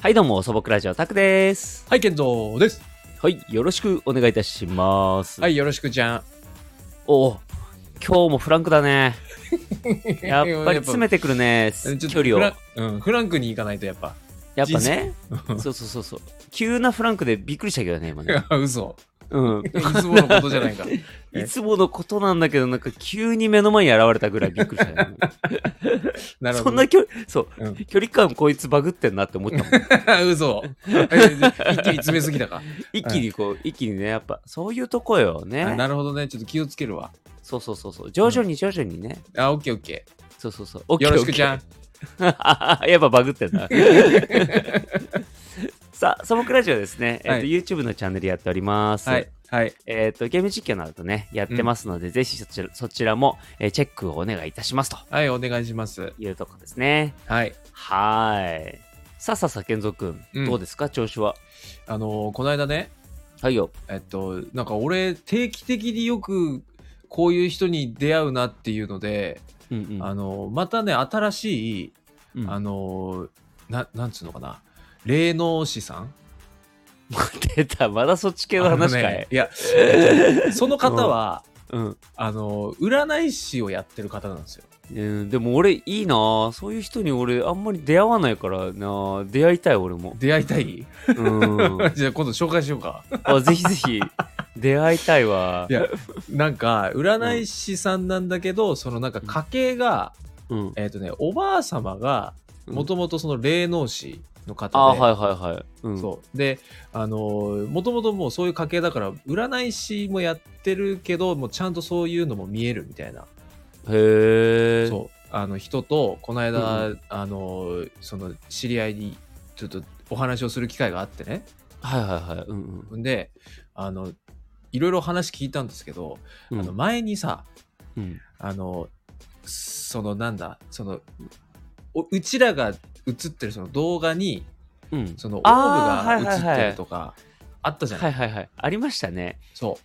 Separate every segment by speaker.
Speaker 1: はい、どうも、素朴ラジオタクです。
Speaker 2: はい、健三です。
Speaker 1: はい、よろしくお願いいたします。
Speaker 2: はい、よろしくじゃ ん。
Speaker 1: おお、今日もフランクだ ね。やっぱり詰め
Speaker 2: て
Speaker 1: てくるね、距離を。やっ
Speaker 2: うん、フランクに行かないとやっぱ。
Speaker 1: ぱね、 そうそうそうそう。急なフランクでびっくりしたけどね、今ね。
Speaker 2: 嘘。
Speaker 1: うん。
Speaker 2: いつものことじゃ ないか。え
Speaker 1: いつものことなんだけど、なんか急に目の前に現れたぐらいびっくりしたよね、
Speaker 2: なる
Speaker 1: そ
Speaker 2: ほ
Speaker 1: ん
Speaker 2: ど
Speaker 1: な。距離、そう、
Speaker 2: うん
Speaker 1: 距離感こいつバグってんなって思ったもん。
Speaker 2: 嘘。一気に詰めすぎたか。
Speaker 1: 一気にこう、一気にね、やっぱ、そういうとこよ
Speaker 2: あ
Speaker 1: ね。
Speaker 2: なるほどね。ちょっと気をつけるわ。
Speaker 1: そうそうそうそう。徐々に徐々にね。
Speaker 2: あ、オッケーオッケ
Speaker 1: そうそうそう。
Speaker 2: ー。よろしくじゃん。
Speaker 1: やっぱバグってん な。さあ、素朴ラジオですね、えっと
Speaker 2: はい
Speaker 1: YouTube のチャンネルやっております。
Speaker 2: はい。はい。
Speaker 1: えっとゲーム実況などね、やってますので、ぜひそちらそちらも、えーチェックをお願いいたしますと
Speaker 2: はい、お願いします。
Speaker 1: いうとこですね。
Speaker 2: はい。
Speaker 1: はーい。さあさあさあ、健三くん、
Speaker 2: うん
Speaker 1: どうですか、調子は。
Speaker 2: あのー、この間ね、
Speaker 1: はいよ。
Speaker 2: えっと、なんか俺、定期的によく、こういう人に出会うなっていうので、
Speaker 1: うんうん。
Speaker 2: あのー、またね、新しい、
Speaker 1: うん
Speaker 2: あのー、ななんつうのかな霊能師さん
Speaker 1: 出た、まだそっち系の話か
Speaker 2: あの
Speaker 1: い
Speaker 2: ね。いやその方は、
Speaker 1: うん
Speaker 2: あのー占い師をやってる方なんですよ
Speaker 1: うん。でも俺、いいなぁそういう人に俺、あんまり出会わないからなぁ出会いたい、俺も。
Speaker 2: 出会いたい
Speaker 1: うん。
Speaker 2: じゃあ今度紹介しよ うか
Speaker 1: あぜひぜひ出会いたいわ
Speaker 2: い。やなんか占い師さんなんだけど、そのなんか家系が、
Speaker 1: うん、
Speaker 2: えっ、とねおばあ様がもともとその霊能師の方で、
Speaker 1: あーはいはいはい。うん、
Speaker 2: そうであのー、もともともうそういう家系だから占い師もやってるけどもうちゃんとそういうのも見えるみたいな
Speaker 1: へえ。
Speaker 2: そうあの人とこの間、
Speaker 1: う
Speaker 2: あのその知り合いにちょっとお話をする機会があってね
Speaker 1: はいはいはい。うん
Speaker 2: んであのいろいろ話聞いたんですけど、
Speaker 1: うん。
Speaker 2: あの前にさ
Speaker 1: うん、
Speaker 2: あのそのなんだそのおうちらが映ってるその動画に
Speaker 1: うん。
Speaker 2: そのオーブ
Speaker 1: あー
Speaker 2: が
Speaker 1: は
Speaker 2: 映
Speaker 1: いはい
Speaker 2: って
Speaker 1: はい
Speaker 2: るとかあったじゃない、
Speaker 1: はいはいはい。ありましたね。
Speaker 2: そ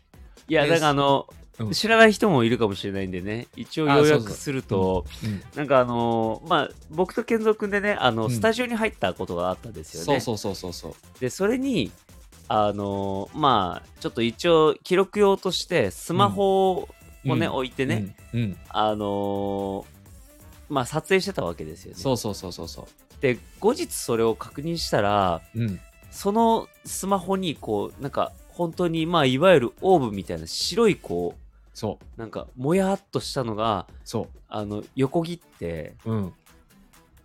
Speaker 1: いや、
Speaker 2: え
Speaker 1: だからあの、
Speaker 2: うん
Speaker 1: 知らない人もいるかもしれないんでね、一応
Speaker 2: あ
Speaker 1: 要
Speaker 2: そう
Speaker 1: 約
Speaker 2: そう
Speaker 1: すると、
Speaker 2: う、うん
Speaker 1: なんかあのーまあ、僕と健三君でね、あの、
Speaker 2: うん
Speaker 1: スタジオに入ったことがあったんですよね。
Speaker 2: そうそうそうそうそう
Speaker 1: で、それに、あのーまあ、ちょっと一応、記録用として、スマホをね、
Speaker 2: うん
Speaker 1: 置いてね、
Speaker 2: うん、うん
Speaker 1: あのーまあ撮影してたわけですよね。
Speaker 2: そうそうそうそうそ
Speaker 1: で後日それを確認したら
Speaker 2: ううん
Speaker 1: そのスマホにこうなんか本当にまあいわゆるオーブみたいな白いこ
Speaker 2: そう
Speaker 1: うなんかもやっとしたのが
Speaker 2: そ
Speaker 1: あの横切って
Speaker 2: ううん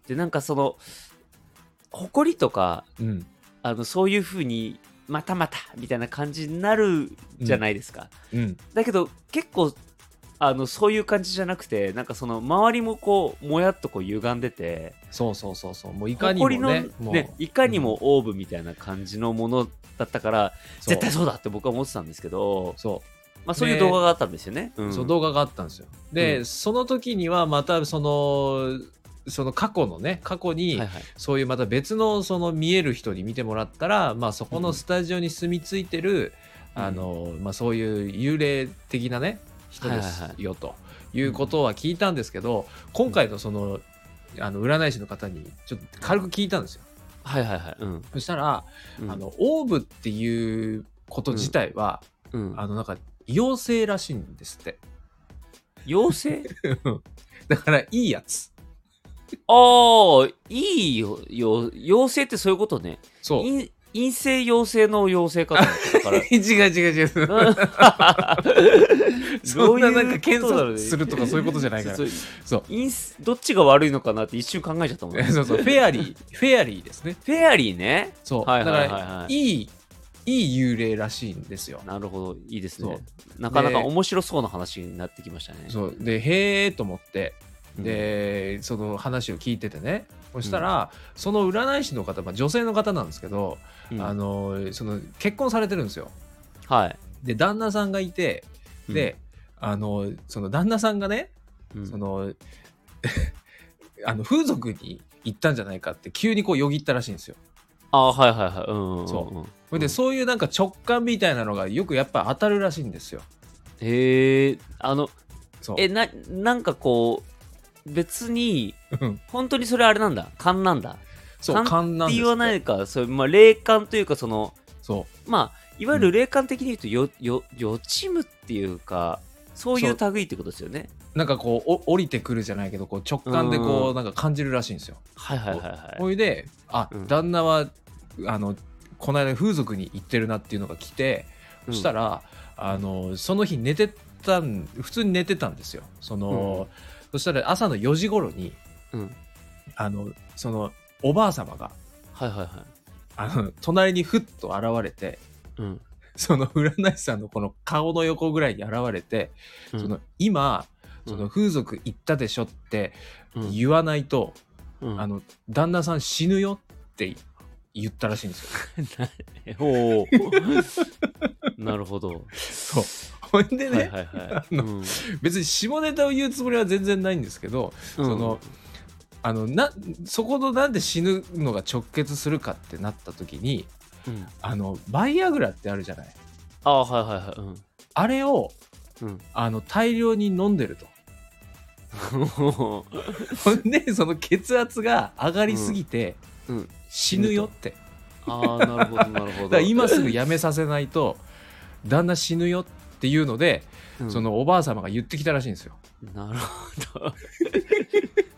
Speaker 1: でなんかその埃とか
Speaker 2: うん
Speaker 1: あのそういう風にまたまたみたいな感じになるじゃないですか。
Speaker 2: うん
Speaker 1: だけど結構あのそういう感じじゃなくてなんかその周りもこうもやっとこう歪んでて
Speaker 2: そうそうそうそう。もういかにも
Speaker 1: 誇りの
Speaker 2: ね
Speaker 1: ね。
Speaker 2: もう
Speaker 1: いかにもオーブみたいな感じのものだったから、
Speaker 2: そう
Speaker 1: 絶対そうだって僕は思ってたんですけど、
Speaker 2: そ
Speaker 1: まあ、そういう
Speaker 2: ね
Speaker 1: 動画があったんですよね。う
Speaker 2: う。
Speaker 1: ん
Speaker 2: そう動画があったんですよ。で、
Speaker 1: うん
Speaker 2: その時にはまたその、その過去のね、過去に
Speaker 1: はい、はい
Speaker 2: そういうまた別のその見える人に見てもらったら、まあそこのスタジオに住み着いてる、
Speaker 1: うん
Speaker 2: あの、まあそういう幽霊的なね、人です
Speaker 1: はいは
Speaker 2: よということは聞いたんですけど、今回のその、あの占い師の方にちょっと軽く聞いたんですよ。
Speaker 1: はいはいはい。うん
Speaker 2: そしたら、
Speaker 1: うん
Speaker 2: あのオーブっていうこと自体は、
Speaker 1: うん
Speaker 2: あのなんか妖精らしいんですって。
Speaker 1: 妖精
Speaker 2: だからいいやつ。
Speaker 1: ああ、いいよよ。妖精ってそういうことね。
Speaker 2: そう。違
Speaker 1: 陰陰性妖精の妖精かと思ってた
Speaker 2: 。
Speaker 1: から
Speaker 2: う違う違う。そんななんか検査するとかそういうことじゃないから。
Speaker 1: そ
Speaker 2: そうう
Speaker 1: そう
Speaker 2: そう。
Speaker 1: 陰どっちが悪いのかなって一瞬考えちゃったもんね。
Speaker 2: そうフェアリー、フェアリーですね。
Speaker 1: フェアリーね。
Speaker 2: そう。
Speaker 1: はい
Speaker 2: だ
Speaker 1: はいは
Speaker 2: か
Speaker 1: いはい
Speaker 2: らいい、いい幽霊らしいんですよ。
Speaker 1: なるほど、いいですね
Speaker 2: そ。
Speaker 1: なかなか
Speaker 2: で
Speaker 1: 面白そうな話になってきましたね。
Speaker 2: そう。で、へえと思って、
Speaker 1: うん、
Speaker 2: で、その話を聞いててね。そしたら、その占い師の方、まあ、女性の方なんですけど、
Speaker 1: うん
Speaker 2: あのその結婚されてるんですよ。
Speaker 1: はい。
Speaker 2: で旦那さんがいて、で、あのその旦那さんがね、
Speaker 1: うん、
Speaker 2: その あの風俗に行ったんじゃないかって急にこうよぎったらしいんですよ。
Speaker 1: あーはいはいはい。うんうんんん。
Speaker 2: そう
Speaker 1: うん。
Speaker 2: それでそういうなんか直感みたいなのがよくやっぱ当たるらしいんですよ。
Speaker 1: へえ、あの、
Speaker 2: そう
Speaker 1: え、な、なんかこう、別に、
Speaker 2: うん
Speaker 1: 本当にそれあれなんだ、勘なんだ。
Speaker 2: そう、勘なん
Speaker 1: っ
Speaker 2: で
Speaker 1: て
Speaker 2: す
Speaker 1: 言わないかそういう、まあ、霊感というかその
Speaker 2: そ
Speaker 1: まあいわゆる霊感的に言うとよ、よ予知夢っていうかそういう類ってことですよね
Speaker 2: う。なんかこう、お降りてくるじゃないけど、こう直感でこ
Speaker 1: う
Speaker 2: う、なんか感じるらしいんですよ。
Speaker 1: はいはいはいは
Speaker 2: ほいで、あ、
Speaker 1: うん
Speaker 2: 旦那は、あの、この間風俗に行ってるなっていうのが来て、
Speaker 1: い
Speaker 2: そした
Speaker 1: ら、
Speaker 2: ら、あの、その日寝てたん、普通に寝てたんですよ。その、そしたら朝の4時頃に、
Speaker 1: うんうん
Speaker 2: あの、その、おばあ様が、
Speaker 1: はいはいはい
Speaker 2: あの、隣にふっと現れて、
Speaker 1: うん
Speaker 2: その占い師さんのこの顔の横ぐらいに現れて、
Speaker 1: うん
Speaker 2: その今
Speaker 1: うん
Speaker 2: その風俗行ったでしょって
Speaker 1: うん
Speaker 2: 言わないと、
Speaker 1: うん
Speaker 2: あの旦那さん死ぬよって言ったらしいんですよ。
Speaker 1: おお なるほど
Speaker 2: ほん でね、
Speaker 1: はいはいはい
Speaker 2: あの
Speaker 1: うん
Speaker 2: 別に下ネタを言うつもりは全然ないんですけど、そのあのなそこのなんで死ぬのが直結するかってなった時に
Speaker 1: うんうん
Speaker 2: あのバイアグラってあるじゃない
Speaker 1: ああはいはいはい うん
Speaker 2: あれを
Speaker 1: うん
Speaker 2: あの大量に飲んで ると。ほんでその血圧が上がりすぎて、
Speaker 1: うん
Speaker 2: 死ぬよって。
Speaker 1: ああなるほどなるほ
Speaker 2: だか
Speaker 1: ど
Speaker 2: ら今すぐやめさせないと旦那死ぬよっていうので、
Speaker 1: うん
Speaker 2: そのおばあ様が言ってきたらしいんですよ。
Speaker 1: なるほど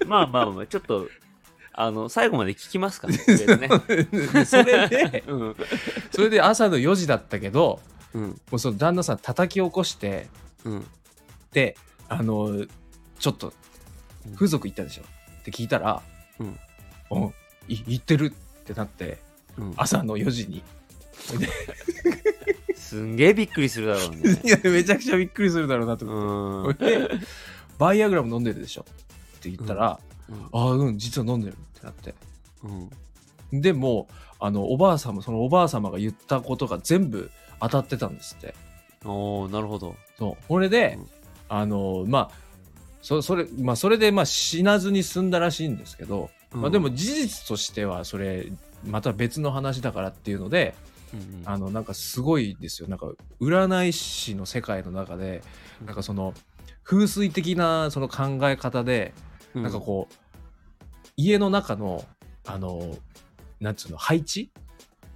Speaker 1: まあまあまあちょっとあの最後まで聞きます からねとりあえずね
Speaker 2: でそれで
Speaker 1: うん
Speaker 2: それで朝の4時だったけど
Speaker 1: うん
Speaker 2: もうその旦那さん叩き起こして
Speaker 1: うん
Speaker 2: であのちょっと
Speaker 1: うん
Speaker 2: 風俗行ったでしょって聞いたら「
Speaker 1: うん
Speaker 2: うんい行ってる」ってなって
Speaker 1: うん
Speaker 2: 朝の4時に
Speaker 1: すんげえびっくりするだろうね
Speaker 2: いやめちゃくちゃびっくりするだろうなと
Speaker 1: う
Speaker 2: 思
Speaker 1: んう
Speaker 2: っ
Speaker 1: ん
Speaker 2: て、でバイアグラム飲んでるでしょって言ったら「ああうん実は飲んでる」ってなって
Speaker 1: うん
Speaker 2: でもあのおばあ様そのおばあ様が言ったことが全部当たってたんですって
Speaker 1: おおなるほど
Speaker 2: そうこれで、
Speaker 1: うん
Speaker 2: あのまあそそれまあ、それでまあ死なずに済んだらしいんですけど、まあ、でも事実としてはそれまた別の話だからっていうので
Speaker 1: うんうん
Speaker 2: あのなんかすごいですよなんか占い師の世界の中でなんかその風水的なその考え方で
Speaker 1: う
Speaker 2: なんかこう家の中のあのなんつうの配置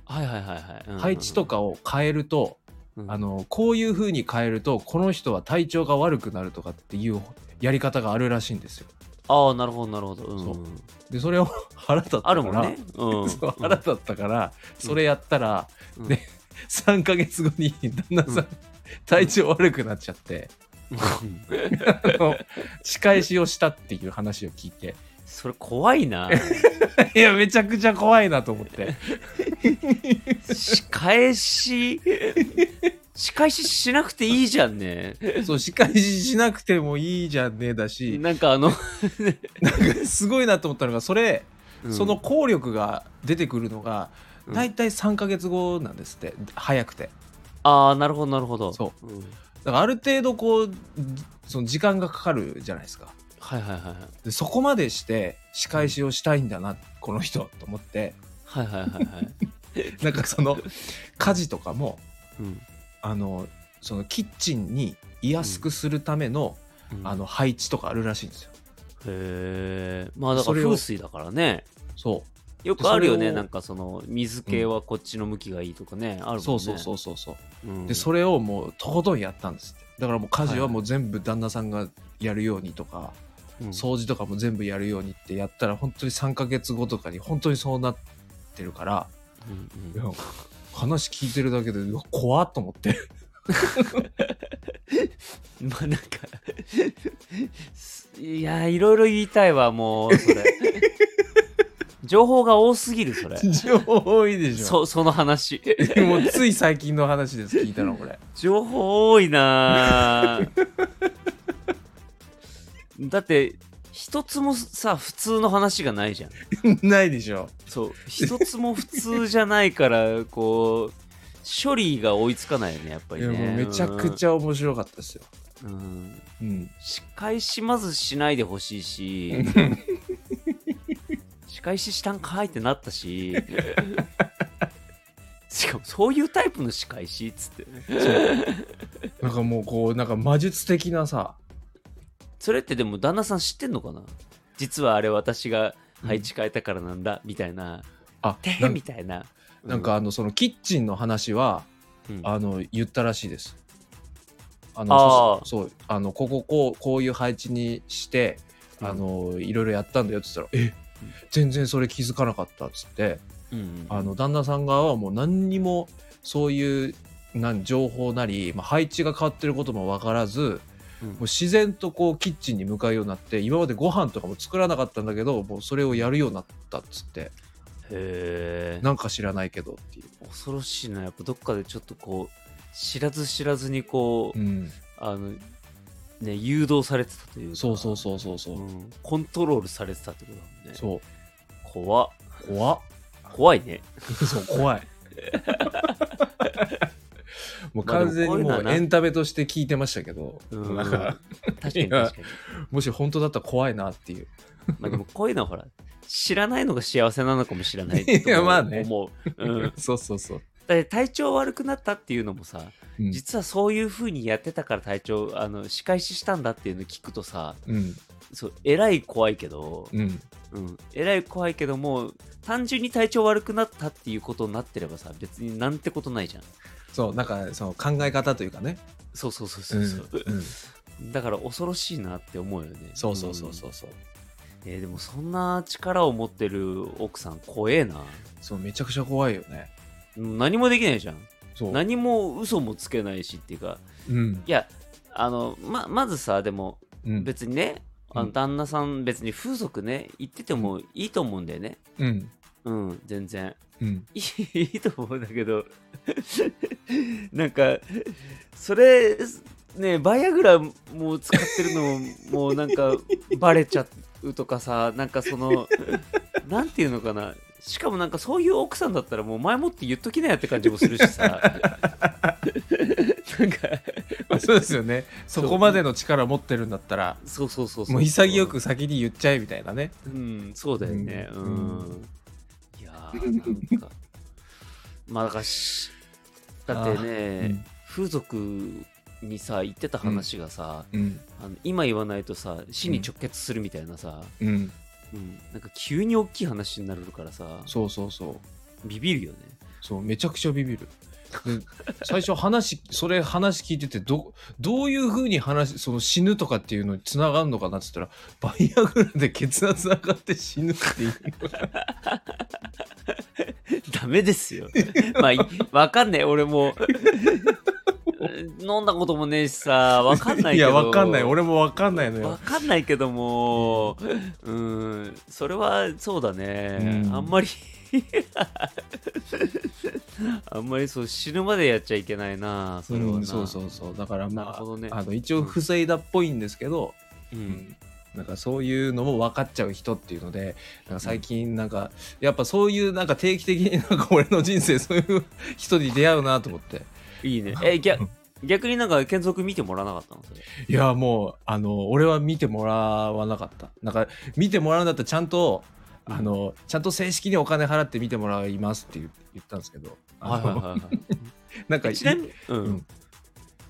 Speaker 1: はいはいはいはいうんうん
Speaker 2: 配置とかを変えると、
Speaker 1: うん
Speaker 2: あのこういう風に変えるとこの人は体調が悪くなるとかっていうやり方があるらしいんですよ。
Speaker 1: ああなるほどなるほどうん
Speaker 2: そう
Speaker 1: うん
Speaker 2: でそれを 腹立った
Speaker 1: あ
Speaker 2: から
Speaker 1: るもんねうん
Speaker 2: そう腹立ったからそれやったら、
Speaker 1: うん
Speaker 2: で3ヶ月後に旦那さん、体調悪くなっちゃって、
Speaker 1: うん
Speaker 2: あの仕返しをしたっていう話を聞いて
Speaker 1: それ怖いない
Speaker 2: やめちゃくちゃ怖いなと思って
Speaker 1: 仕返 し仕返ししなくていいじゃん ね
Speaker 2: そう仕返ししなくてもいいじゃねえだし
Speaker 1: なんかあの、
Speaker 2: なんか すごいなと思ったのがそれ
Speaker 1: うん
Speaker 2: その効力が出てくるのが
Speaker 1: うん
Speaker 2: 大体3ヶ月後なんですって早くて
Speaker 1: ああなるほどなるほど、
Speaker 2: そう
Speaker 1: ん、
Speaker 2: だからある程度こうその時間がかかるじゃないですか
Speaker 1: はいはいはい
Speaker 2: でそこまでして仕返しをしたいんだなこの人と思って
Speaker 1: はいはいはいはい はい、
Speaker 2: なんかその家事とかも
Speaker 1: うん
Speaker 2: あのそのキッチンに居やすくするための,、
Speaker 1: うん
Speaker 2: あの配置とかあるらしいんですよ
Speaker 1: へえまあだか
Speaker 2: そ
Speaker 1: ら
Speaker 2: れを
Speaker 1: 風水だからね
Speaker 2: そ
Speaker 1: よくあるよ
Speaker 2: そ
Speaker 1: ね
Speaker 2: れを
Speaker 1: なんかその水系はこっちの向きがいいとかね、あるもん
Speaker 2: う
Speaker 1: ね
Speaker 2: そうそうそううそうそう
Speaker 1: う、ん、
Speaker 2: でそれをもうとことんやったんですってだからもう家事はもう全部旦那さんがやるようにとか、
Speaker 1: うん
Speaker 2: 掃除とかも全部やるようにってやったら本当に3ヶ月後とかに本当にそうなってるから、
Speaker 1: うん
Speaker 2: い
Speaker 1: うん
Speaker 2: や話聞いてるだけでうわ怖っと思って
Speaker 1: まあなんかすいやいろいろ言いたいわもうそ れ情報が多すぎるそれ
Speaker 2: 情報多いでしょ
Speaker 1: そその話
Speaker 2: もうつい最近の話です聞いたのこれ
Speaker 1: 情報多いなあだって一つもさ普通の話がないじゃん
Speaker 2: ないでしょ
Speaker 1: そう一つも普通じゃないからこう処理が追いつかないよねやっぱ
Speaker 2: い
Speaker 1: り
Speaker 2: や
Speaker 1: ね
Speaker 2: もうめちゃくちゃ面白かったですよ、
Speaker 1: うん、
Speaker 2: うん、
Speaker 1: 仕返しまずしないでほしいし 仕返ししたんかいってなったししかもそういうタイプの仕返しっつって
Speaker 2: なんかもうこうなんか魔術的なさ
Speaker 1: それってでも旦那さん知ってんのかな実はあれ私が
Speaker 2: うん
Speaker 1: 配置変えたからなんだみたいな
Speaker 2: あ
Speaker 1: て
Speaker 2: な
Speaker 1: へみたいな
Speaker 2: なんかあのそのキッチンの話は
Speaker 1: うん
Speaker 2: あの言ったらしいです。あ
Speaker 1: あ
Speaker 2: の
Speaker 1: ー
Speaker 2: そうあのこここうこういう配置にしてあのいろいろやったんだよって言ったら「え全然それ気づかなかった」っつって
Speaker 1: うんうん
Speaker 2: あの旦那さん側はもう何にもそういうなん情報なり、まあ、配置が変わってることも分からず
Speaker 1: うん
Speaker 2: もう自然とこうキッチンに向かうようになって今までご飯とかも作らなかったんだけどもうそれをやるようになったっつって
Speaker 1: へえ
Speaker 2: なんか知らないけどっていう。
Speaker 1: 恐ろしいなやっぱどっかでちょっとこう知らず知らずにこう、
Speaker 2: うん、
Speaker 1: あのね誘導されてたというか
Speaker 2: そうそうそうそうそう、
Speaker 1: うんコントロールされてたってことだもんね
Speaker 2: そう
Speaker 1: 怖っ
Speaker 2: 怖っ
Speaker 1: 怖いね
Speaker 2: そう怖 いもう完全
Speaker 1: ま
Speaker 2: に
Speaker 1: あ
Speaker 2: も
Speaker 1: でもこういう
Speaker 2: う
Speaker 1: のはな
Speaker 2: エンタメとして聞いてましたけど、
Speaker 1: うん
Speaker 2: なん
Speaker 1: 確
Speaker 2: か
Speaker 1: かに確かに
Speaker 2: もし本当だったら怖いなっていう
Speaker 1: まあでもこういうのはほら知らないのが幸せなのかもしれない
Speaker 2: いやまあね
Speaker 1: 思う、うん、だっ
Speaker 2: そうそうそう、
Speaker 1: て体調悪くなったっていうのもさ
Speaker 2: うん
Speaker 1: 実はそういう風にやってたから体調あの仕返ししたんだっていうの聞くとさ
Speaker 2: うん
Speaker 1: そうえらい怖いけど、
Speaker 2: うん
Speaker 1: うん、えらい怖いけども単純に体調悪くなったっていうことになってればさ別になんてことないじゃん
Speaker 2: そうなんかその考え方というかね
Speaker 1: そうそうそうそうそう、
Speaker 2: うんうん
Speaker 1: だから恐ろしいなって思うよね
Speaker 2: そうそうそうそうそう
Speaker 1: うん、えーでもそんな力を持ってる奥さん怖えな
Speaker 2: そうめちゃくちゃ怖いよね
Speaker 1: うん何もできないじゃん
Speaker 2: そう
Speaker 1: 何も嘘もつけないしっていうか
Speaker 2: うん
Speaker 1: いやあのままずさでも
Speaker 2: うん
Speaker 1: 別にね、あ
Speaker 2: うん
Speaker 1: の旦那さん別に風俗ね行っててもいいと思うんだよね
Speaker 2: うん
Speaker 1: うん全然
Speaker 2: うん
Speaker 1: いいいいと思うんだけど なんかそれねバイアグラもう使ってるのももうなんかバレちゃうとかさなんかそのなんていうのかなしかもなんかそういう奥さんだったらもう前もって言っときなよって感じもするしさなんか
Speaker 2: まあそうですよねそこまでの力持ってるんだったら
Speaker 1: そうそうそうそう
Speaker 2: もう潔く先に言っちゃえみたいなね
Speaker 1: うん、そうだよね。
Speaker 2: う
Speaker 1: うんん。
Speaker 2: うん
Speaker 1: いやー、なんか。まあ、だからし、だってね、風俗にさ、言ってた話がさ、
Speaker 2: うん
Speaker 1: あの今言わないとさ、死に直結するみたいなさ、
Speaker 2: うん
Speaker 1: うんなんか急に大きい話になるからさ、
Speaker 2: そうそうそう
Speaker 1: ビビるよね。
Speaker 2: そうめちゃくちゃビビるで最初話それ話聞いててどどういうふうに話その死ぬとかっていうのにつながるのかなっつったらバイアグラで血圧上がって死ぬっていう
Speaker 1: ダメですよ。 まあい、わかんねえ、俺も。 飲んだこともねえしさ、わかんないけど。
Speaker 2: やわかんない俺もわかんないの
Speaker 1: わ
Speaker 2: よ
Speaker 1: かんないけども、うん、それはそうだね、
Speaker 2: うん
Speaker 1: あんまり あんまりそう死ぬまでやっちゃいけないな、それはな。
Speaker 2: うんそうそうそうだから
Speaker 1: な
Speaker 2: ま
Speaker 1: る
Speaker 2: あ,、
Speaker 1: ほどね
Speaker 2: あの一応防いだっぽいんですけど、
Speaker 1: う。
Speaker 2: うんなんかそういうのも分かっちゃう人っていうのでなんか最近なんか、やっぱそういうなんか定期的になんか俺の人生 そういう人に出会うなと思って
Speaker 1: いいね。え、逆逆になんか、健三君見てもらわなかったのそれ。
Speaker 2: いやもうあの俺は見てもらわなかったなんか見てもらうんだったらちゃんと、
Speaker 1: うん
Speaker 2: あのちゃんと正式にお金払って見てもらいますって言言ったんですけどあ
Speaker 1: はいはい
Speaker 2: の
Speaker 1: はいはい。
Speaker 2: なんか
Speaker 1: えちなみに、うん。
Speaker 2: うん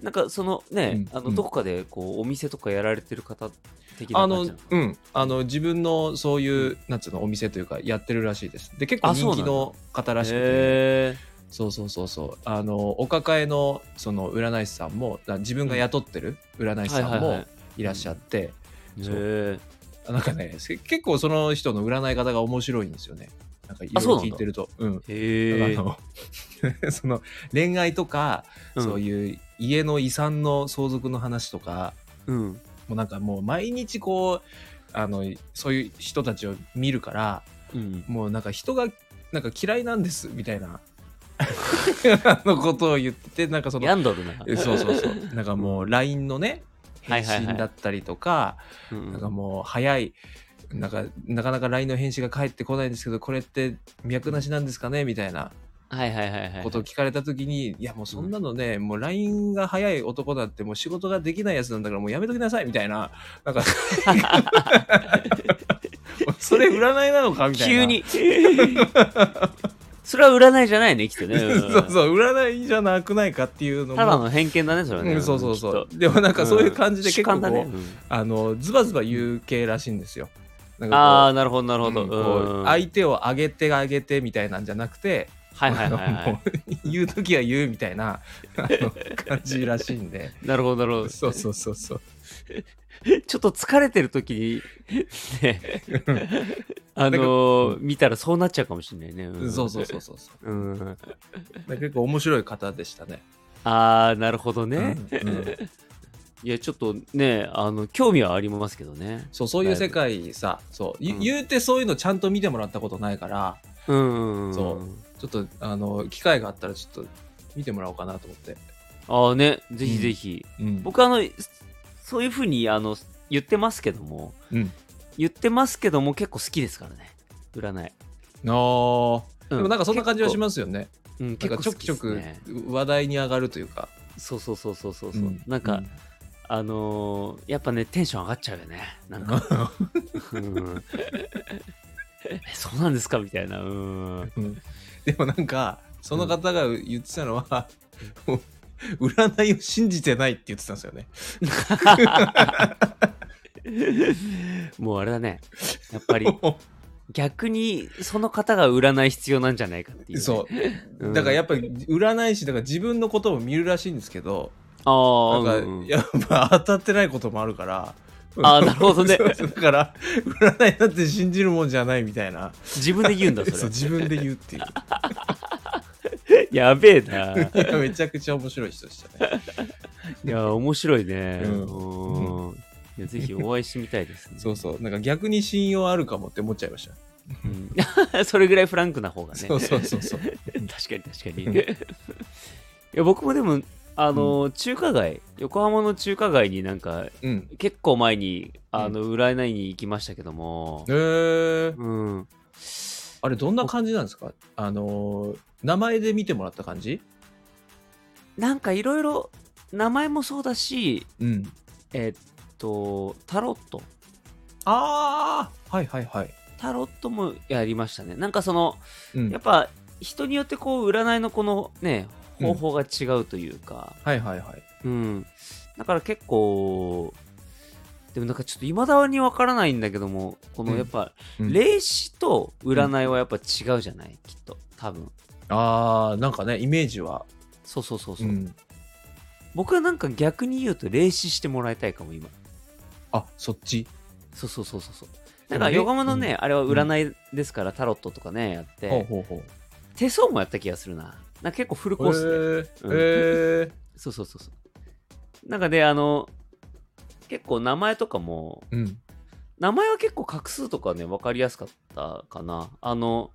Speaker 1: なんかそのね、
Speaker 2: うん
Speaker 1: あ
Speaker 2: う
Speaker 1: の
Speaker 2: ん
Speaker 1: どこかでこうお店とかやられてる方的な感
Speaker 2: あの
Speaker 1: じなの
Speaker 2: うんあの自分のそういう、なんつうのお店というかやってるらしいですで結構
Speaker 1: あそう
Speaker 2: 人
Speaker 1: なんだ
Speaker 2: 気の方らしくて
Speaker 1: へ
Speaker 2: そうそうそうそうあのお抱えのその占い師さんもだ自分が雇ってる占い師さん
Speaker 1: はいはい
Speaker 2: も
Speaker 1: はい
Speaker 2: いらっしゃって、
Speaker 1: え
Speaker 2: そう
Speaker 1: へえ
Speaker 2: なんかねせ結構その人の占い方が面白いんですよねなんかいろい
Speaker 1: あそう
Speaker 2: ろ
Speaker 1: なん
Speaker 2: 聞
Speaker 1: だ
Speaker 2: いてるとうん
Speaker 1: へえ
Speaker 2: あの その恋愛とか、そういう家の遺産の相続の話とか
Speaker 1: うんうん
Speaker 2: もうなんかもう毎日こうあのそういう人たちを見るから
Speaker 1: うん
Speaker 2: もうなんか人がなんか嫌いなんですみた いなあのことを言ってなんかその
Speaker 1: 病んどるな
Speaker 2: えそうそうそう なんかもう LINE のね
Speaker 1: はい
Speaker 2: 返
Speaker 1: はいはい
Speaker 2: 信だったりとか、
Speaker 1: うんうん
Speaker 2: なんかもう早いなんかなかなか LINE の返信が返ってこないんですけどこれって脈なしなんですかねみたいな
Speaker 1: はいはいはいはい。
Speaker 2: ことを聞かれた時に、いやもうそんなのね、もう LINE が早い男だってもう仕事ができないやつなんだからもうやめときなさいみたいな、なん か、それ占いなのかみたいな。
Speaker 1: 急。に。それは占いじゃないね、きっとね。
Speaker 2: そう
Speaker 1: うん
Speaker 2: そう、占いじゃなくないかっていうのも。
Speaker 1: ただの偏見だね、それは
Speaker 2: う
Speaker 1: ね。
Speaker 2: ん、そうそうそ
Speaker 1: きっ
Speaker 2: う
Speaker 1: と。
Speaker 2: でもなんかそういう感じで
Speaker 1: 主
Speaker 2: 結構
Speaker 1: 観
Speaker 2: こう、
Speaker 1: だね。
Speaker 2: あのズバズバ言う系らしいんですよ。なん
Speaker 1: あ
Speaker 2: か
Speaker 1: あなるほどなる
Speaker 2: こう
Speaker 1: ほど、
Speaker 2: う
Speaker 1: う
Speaker 2: ん
Speaker 1: ん
Speaker 2: こう相手を上げて上げてみたいなんじゃなくて、
Speaker 1: はいはいはい、
Speaker 2: あの も
Speaker 1: は
Speaker 2: う言う時は言うみたいなあの感じらしいんで
Speaker 1: い、なるほどなるほど
Speaker 2: そうそうそうそう
Speaker 1: ちょっと疲れてる時にねあのー見たらそうなっちゃうかもしれないね、ん
Speaker 2: そうそうそうそうそう
Speaker 1: うん、
Speaker 2: だから結構面白い方でしたね
Speaker 1: ああなるほどね、
Speaker 2: うんうん
Speaker 1: いやちょっとねあの興味はありますけどね
Speaker 2: そうそういう世界さそう、ゆ
Speaker 1: うん
Speaker 2: 言うてそういうのちゃんと見てもらったことないから
Speaker 1: うんうんん
Speaker 2: そちょっとあの機会があったらちょっと見てもらおうかなと思って、
Speaker 1: ああねぜひぜひ、
Speaker 2: うん、
Speaker 1: 僕あのそういうふうにあの言ってますけども
Speaker 2: うん
Speaker 1: 言ってますけども結構好きですからね占い、
Speaker 2: あー
Speaker 1: う
Speaker 2: でもなんかそんな感じはし
Speaker 1: す
Speaker 2: ますよね、
Speaker 1: うん、
Speaker 2: なん
Speaker 1: 結
Speaker 2: か
Speaker 1: 構
Speaker 2: ち
Speaker 1: 好
Speaker 2: ょく
Speaker 1: き
Speaker 2: ち
Speaker 1: で
Speaker 2: ょ
Speaker 1: す
Speaker 2: く
Speaker 1: ね
Speaker 2: 話題に上がるというか、
Speaker 1: そうそうそうそうそうそう、
Speaker 2: うん
Speaker 1: なんか、あのーやっぱねテンション上がっちゃうよねなんか、 うん、えそうなんですかみたいなうん
Speaker 2: うんでもなんかその方が言ってたのは、もう占いを信じてないって言ってたんですよね
Speaker 1: もうあれだねやっぱり逆にその方が占い必要なんじゃないかっていうね、
Speaker 2: そう、
Speaker 1: うん
Speaker 2: だからやっぱり占い師だから自分のことも見るらしいんですけど
Speaker 1: あ
Speaker 2: なん
Speaker 1: あ、
Speaker 2: か、
Speaker 1: うんうん
Speaker 2: やっぱ当たってないこともあるから
Speaker 1: あーなるほどね
Speaker 2: そうそうだから占いだって信じるもんじゃないみたいな
Speaker 1: 自分で言うんだそれ
Speaker 2: そう自分で言うっ ていう
Speaker 1: やべえない
Speaker 2: やめちゃくちゃ面白い人でしたね
Speaker 1: いや面白いね
Speaker 2: うん
Speaker 1: うんいやぜひお会いしてみたいですね
Speaker 2: そうそうなんか逆に信用あるかもって思っちゃいました、
Speaker 1: うん それぐらいフランクな方がね
Speaker 2: そうそうそうそう
Speaker 1: 確かに確かに。
Speaker 2: うん
Speaker 1: いや僕もでもあの、中華街横浜の中華街になんか
Speaker 2: うん
Speaker 1: 結構前にあの、占いに行きましたけども
Speaker 2: へ、えー、
Speaker 1: うん、
Speaker 2: あれどんな感じなんですかあのー名前で見てもらった感じ
Speaker 1: なんかいろいろ名前もそうだし
Speaker 2: うん
Speaker 1: えっとタロット
Speaker 2: ああはいはいはい、
Speaker 1: タロットもやりましたねなんかその
Speaker 2: うん
Speaker 1: やっぱ人によってこう占いのこのね
Speaker 2: うん
Speaker 1: 方法が違うというか、
Speaker 2: はいはいはい
Speaker 1: うん、だから結構でもなんかちょっといまだにわからないんだけどもこ
Speaker 2: う
Speaker 1: の
Speaker 2: ん
Speaker 1: やっぱ、
Speaker 2: うん
Speaker 1: 霊視と占いはやっぱ違うじゃない、きっと多分
Speaker 2: あーなんかねイメージは、
Speaker 1: そうそうそう
Speaker 2: う
Speaker 1: そう、
Speaker 2: ん、
Speaker 1: 僕はなんか逆に言うと霊視してもらいたいかも今
Speaker 2: あそっち
Speaker 1: そうそうそうそうそうなん
Speaker 2: でも
Speaker 1: か
Speaker 2: ね
Speaker 1: 横浜のね、あれは占いですからタロットとかねやって、
Speaker 2: ほうほうほう
Speaker 1: 手相もやった気がするななんか結構フルコースで、
Speaker 2: へ
Speaker 1: うん
Speaker 2: えへ
Speaker 1: そうそうそうそうなんかであの結構名前とかも
Speaker 2: えうん
Speaker 1: 名前は結構画数とかね分かりやすかったかなあの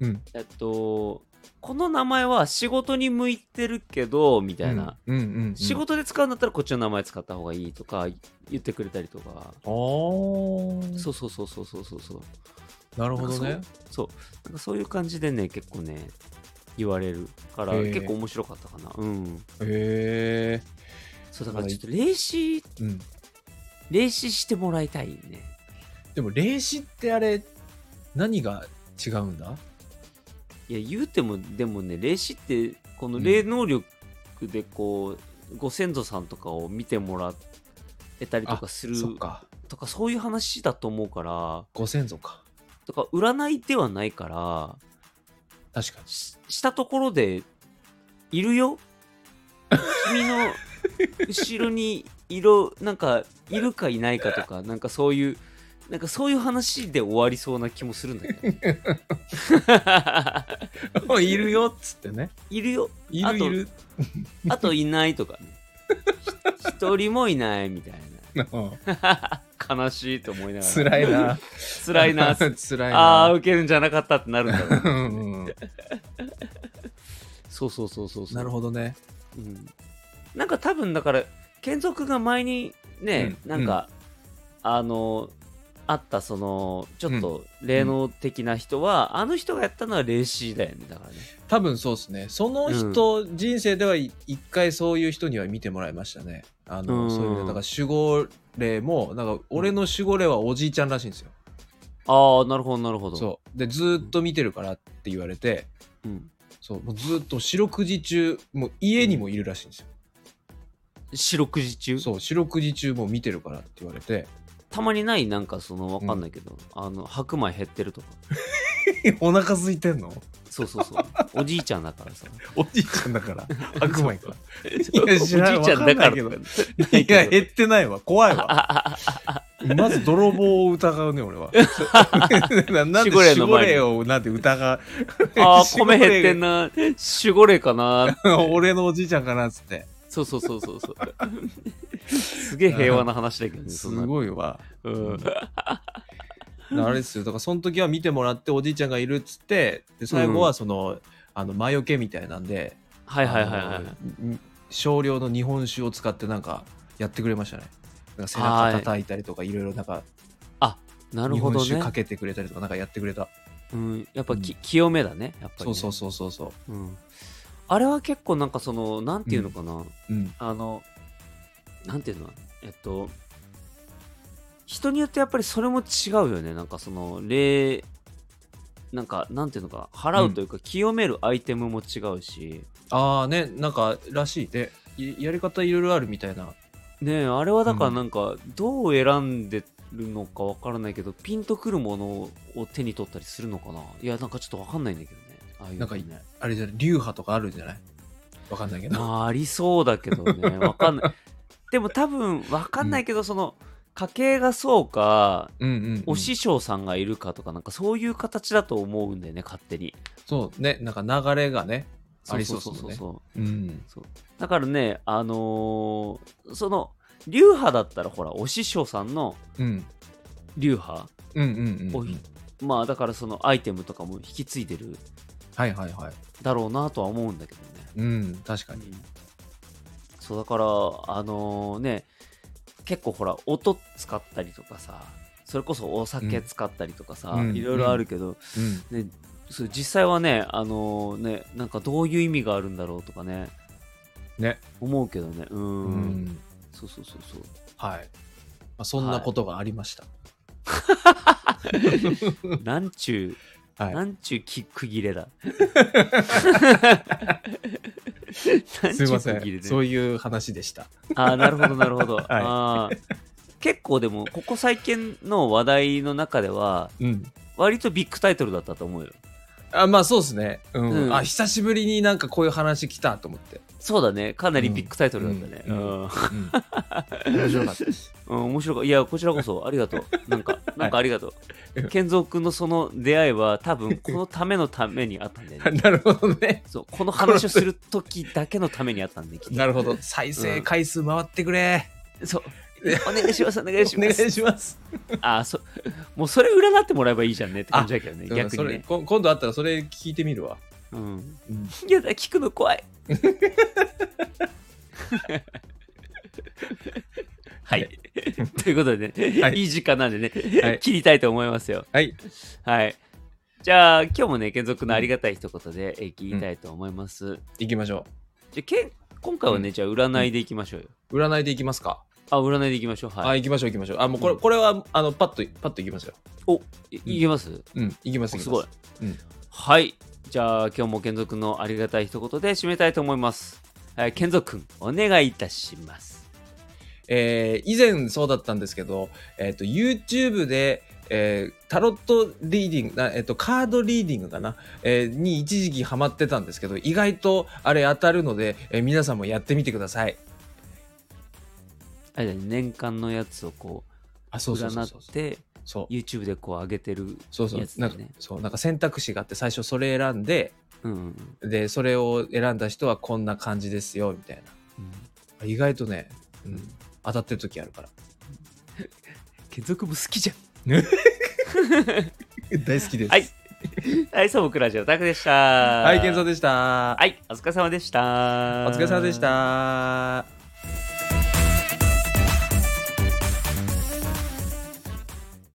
Speaker 2: うん
Speaker 1: えっとこの名前は仕事に向いてるけどみたいな、
Speaker 2: うんうんうんうん
Speaker 1: 仕事で使うんだったらこっちの名前使った方がいいとか言ってくれたりとか、
Speaker 2: あー
Speaker 1: そうそうそうそうそうそうそう
Speaker 2: なるほど
Speaker 1: な
Speaker 2: ね
Speaker 1: んかそうなんかそういう感じでね結構ね言われるから
Speaker 2: へー
Speaker 1: 結構面白かったかなうん
Speaker 2: へえ
Speaker 1: そうだからちょっと霊視
Speaker 2: うん
Speaker 1: 霊視してもらいたいね
Speaker 2: でも霊視ってあれ何が違うんだ
Speaker 1: いや言うてもでもね霊視ってこの霊能力でこう、ご先祖さんとかを見てもらえたりとかする
Speaker 2: そっか
Speaker 1: とかそういう話だと思うから
Speaker 2: ご先祖か
Speaker 1: とか占いではないから
Speaker 2: 確かに
Speaker 1: ししたところでいるよ君の後ろに色なんかいるかいないかとかなんかそういうなんかそういう話で終わりそうな気もするんだけど
Speaker 2: いるよっつってね。
Speaker 1: いるよ
Speaker 2: い
Speaker 1: あ
Speaker 2: る
Speaker 1: と
Speaker 2: いる。
Speaker 1: あといないとかね。ひ一人もいないみたいな。 悲しいと思いながら。
Speaker 2: 辛いな。
Speaker 1: 辛いな。
Speaker 2: 辛い
Speaker 1: ああ、
Speaker 2: な。
Speaker 1: 受けるんじゃなかったってなるんだ ろうね。
Speaker 2: うんうん
Speaker 1: そうそうそうそうそう。
Speaker 2: なるほどね。
Speaker 1: ど、うん。なんか多分だから、健三君が前にね、
Speaker 2: うん
Speaker 1: なんか、あの、あったその、ちょっと霊能的な人は、あの人がやったのは霊視だよね。だからね。
Speaker 2: 多分そうですね。その人、人生では一回そういう人には見てもらいましたね。あの、
Speaker 1: うん
Speaker 2: そういう、だから守護霊も、なんか俺の守護霊はおじいちゃんらしいんですよ。
Speaker 1: ああ、なるほど、なるほど。
Speaker 2: そう。で、ずーっと見てるからって言われて、
Speaker 1: うん。
Speaker 2: そう、もうずーっと四六時中、もう家にもいるらしいんですよ。
Speaker 1: 四六時中。
Speaker 2: そう、四六時中もう見てるからって言われて、
Speaker 1: たまにないなんかそのわかんないけど、あの白米減ってるとか
Speaker 2: お腹空いてんの
Speaker 1: そうそうそうおじいちゃんだからさ
Speaker 2: おじいちゃんだ から。白米か。
Speaker 1: おじい
Speaker 2: 知
Speaker 1: ちゃん
Speaker 2: らん
Speaker 1: だから
Speaker 2: わかん
Speaker 1: ない
Speaker 2: や、
Speaker 1: け
Speaker 2: 減ってないわ。怖いわ。 まず泥棒を疑うね、俺は。ななん
Speaker 1: 守
Speaker 2: で
Speaker 1: 護霊
Speaker 2: 守
Speaker 1: の前に
Speaker 2: 護霊をなんで疑う。
Speaker 1: どあー米減ってんな守護霊かな
Speaker 2: 俺のおじいちゃんかなっつって。
Speaker 1: そうそうそうそうそうすげえ平和な話だけどね
Speaker 2: す
Speaker 1: そんな
Speaker 2: ごいわ。
Speaker 1: うん
Speaker 2: あれですよ。だからその時は見てもらっておじいちゃんがいるっつって、で最後はその、あの魔除けみたいなんで、
Speaker 1: はいはいはいは
Speaker 2: あ
Speaker 1: い
Speaker 2: のん少量の日本酒を使ってなんかやってくれましたね。なんか背中叩いたりとかいろいろなんか
Speaker 1: なる
Speaker 2: 日
Speaker 1: ほ
Speaker 2: 本
Speaker 1: ど
Speaker 2: 酒
Speaker 1: ね
Speaker 2: かけてくれたりとかなんかやってくれた。
Speaker 1: うん、やっぱき、清めだねやっぱりね、、
Speaker 2: そうそうそうそうそう
Speaker 1: ん、あれは結構なんかそのなんていうのかな、
Speaker 2: う。うん。
Speaker 1: あのなんていうのえっと人によってやっぱりそれも違うよねなんかその礼なんかなんていうのか払うというか、清めるアイテムも違うし
Speaker 2: ああね、なんからしいで、いやり方いろいろあるみたいな。
Speaker 1: ねえあれはだからなんかどう選んでるのかわからないけど、ピンとくるものを手に取ったりするのかないやなんかちょっとわかんないんだけどねああいうの
Speaker 2: なんかい
Speaker 1: ね
Speaker 2: あれじゃない、流派とかあるんじゃないわかんないけ ど。
Speaker 1: まあありそうだけどねわかんないでも多分わかんないけど、その家系がそうか
Speaker 2: うんうん、うん
Speaker 1: お師匠さんがいるかとかなんかそういう形だと思うんだよね勝手に
Speaker 2: そうね、なんか流れがね、ありそうっす
Speaker 1: そうん
Speaker 2: もね
Speaker 1: そうそ
Speaker 2: うん
Speaker 1: う。そうだからねあのーその流派だったらほらお師匠さんの
Speaker 2: うん。
Speaker 1: 流派
Speaker 2: うんうんうん。
Speaker 1: おいまあだからそのアイテムとかも引き継いでる
Speaker 2: はいはいはい。
Speaker 1: だろうなとは思うんだけどね
Speaker 2: うん、確かに。
Speaker 1: そうだからあのね結構ほら音使ったりとかさそれこそお酒使ったりとかさ、
Speaker 2: うん
Speaker 1: いろいろあるけど、
Speaker 2: うん。
Speaker 1: ね、そう実際はねあのねなんかどういう意味があるんだろうとかね
Speaker 2: ね。
Speaker 1: 思うけどねうーん
Speaker 2: うん。
Speaker 1: んそうそうそうそう
Speaker 2: はい。まあ、そんなことがありました。
Speaker 1: なんちゅう、
Speaker 2: はい
Speaker 1: なんちゅうき区切 れだ
Speaker 2: すいませ
Speaker 1: なんちゅう区切れ
Speaker 2: ん。
Speaker 1: ね
Speaker 2: そういう話でした。
Speaker 1: ああ、なるほど、なる ほど。
Speaker 2: い
Speaker 1: あー結構でも、ここ最近の話題の中では、
Speaker 2: うん。
Speaker 1: 割とビッグタイトルだったと思うよ。
Speaker 2: あまあそうですね、うん
Speaker 1: うん
Speaker 2: あ久しぶりになんかこういう話来たと思って、
Speaker 1: そうだね、かなりビッグタイトルだったね。う
Speaker 2: うん
Speaker 1: ん、
Speaker 2: うん、面白かったです
Speaker 1: うん面白かった。いや、こちらこ そ、ありがとう。なんか、なんかありがと
Speaker 2: うん
Speaker 1: う。健三君のその出会いは、多分このためのためにあったんだよね。
Speaker 2: なるほどね。
Speaker 1: そう、この話をする時だけのためにあったんで、きっ
Speaker 2: なるほど。再生回数回ってくれ。
Speaker 1: とそう。お願いします、お願いし
Speaker 2: お
Speaker 1: ま
Speaker 2: 願い
Speaker 1: す。
Speaker 2: します。
Speaker 1: ああ、そ、もうそれ占ってもらえばいいじゃんねって感じだけどね、
Speaker 2: うん
Speaker 1: 逆
Speaker 2: そ
Speaker 1: に
Speaker 2: れ
Speaker 1: ね。
Speaker 2: こ今度あったらそれ聞いてみるわ。
Speaker 1: うん。
Speaker 2: うん
Speaker 1: いやだ、聞くの怖 い。はい。ということでね、
Speaker 2: はい
Speaker 1: い、い時間なんでね、
Speaker 2: はい
Speaker 1: 切りたいと思いますよ。
Speaker 2: はい。
Speaker 1: はい。じゃあ、今日もね、継続のありがたい一言で、え切りたいと思います。
Speaker 2: 行きましょ
Speaker 1: じゃあけ今回はね、じゃあ、占いでいきましょうよ。
Speaker 2: う。占いでいきますか。
Speaker 1: あ、占いでいきましょう。はい。
Speaker 2: あ、行きましょう行きましょう。あ、もうこれ,、
Speaker 1: うん
Speaker 2: これはあのパッとパッと行きますよ。
Speaker 1: おいいけます、
Speaker 2: うん、行きます行きます。
Speaker 1: すごい。
Speaker 2: うん
Speaker 1: はい。じゃあ、今日も健三くんのありがたい一言で締めたいと思います。えー、健三くん、お願いいたします。
Speaker 2: えー以前そうだったんですけど、えっと YouTube で、えータロットリーディングな、えっとカードリーディングかな、えーに一時期ハマってたんですけど意外とあれ当たるので、えー皆さんもやってみてください。
Speaker 1: あれだね、年間のやつをこう、
Speaker 2: あそうそうそう
Speaker 1: 占
Speaker 2: そう
Speaker 1: って
Speaker 2: そう
Speaker 1: YouTube でこう上げてる
Speaker 2: そうそう
Speaker 1: やつ
Speaker 2: な
Speaker 1: だ
Speaker 2: ん
Speaker 1: よ
Speaker 2: か
Speaker 1: ね
Speaker 2: そうなんか選択肢があって最初それ選んで
Speaker 1: うんうん
Speaker 2: でそれを選んだ人はこんな感じですよみたいな
Speaker 1: うん
Speaker 2: あ意外とね、う
Speaker 1: うんん、
Speaker 2: 当たってる時あるから
Speaker 1: 健三くんも好きじゃん
Speaker 2: 大好きです
Speaker 1: はいはいそう僕ラジオタクでした
Speaker 2: はい健三でした、
Speaker 1: はいお疲れ様でした
Speaker 2: お疲れ様でした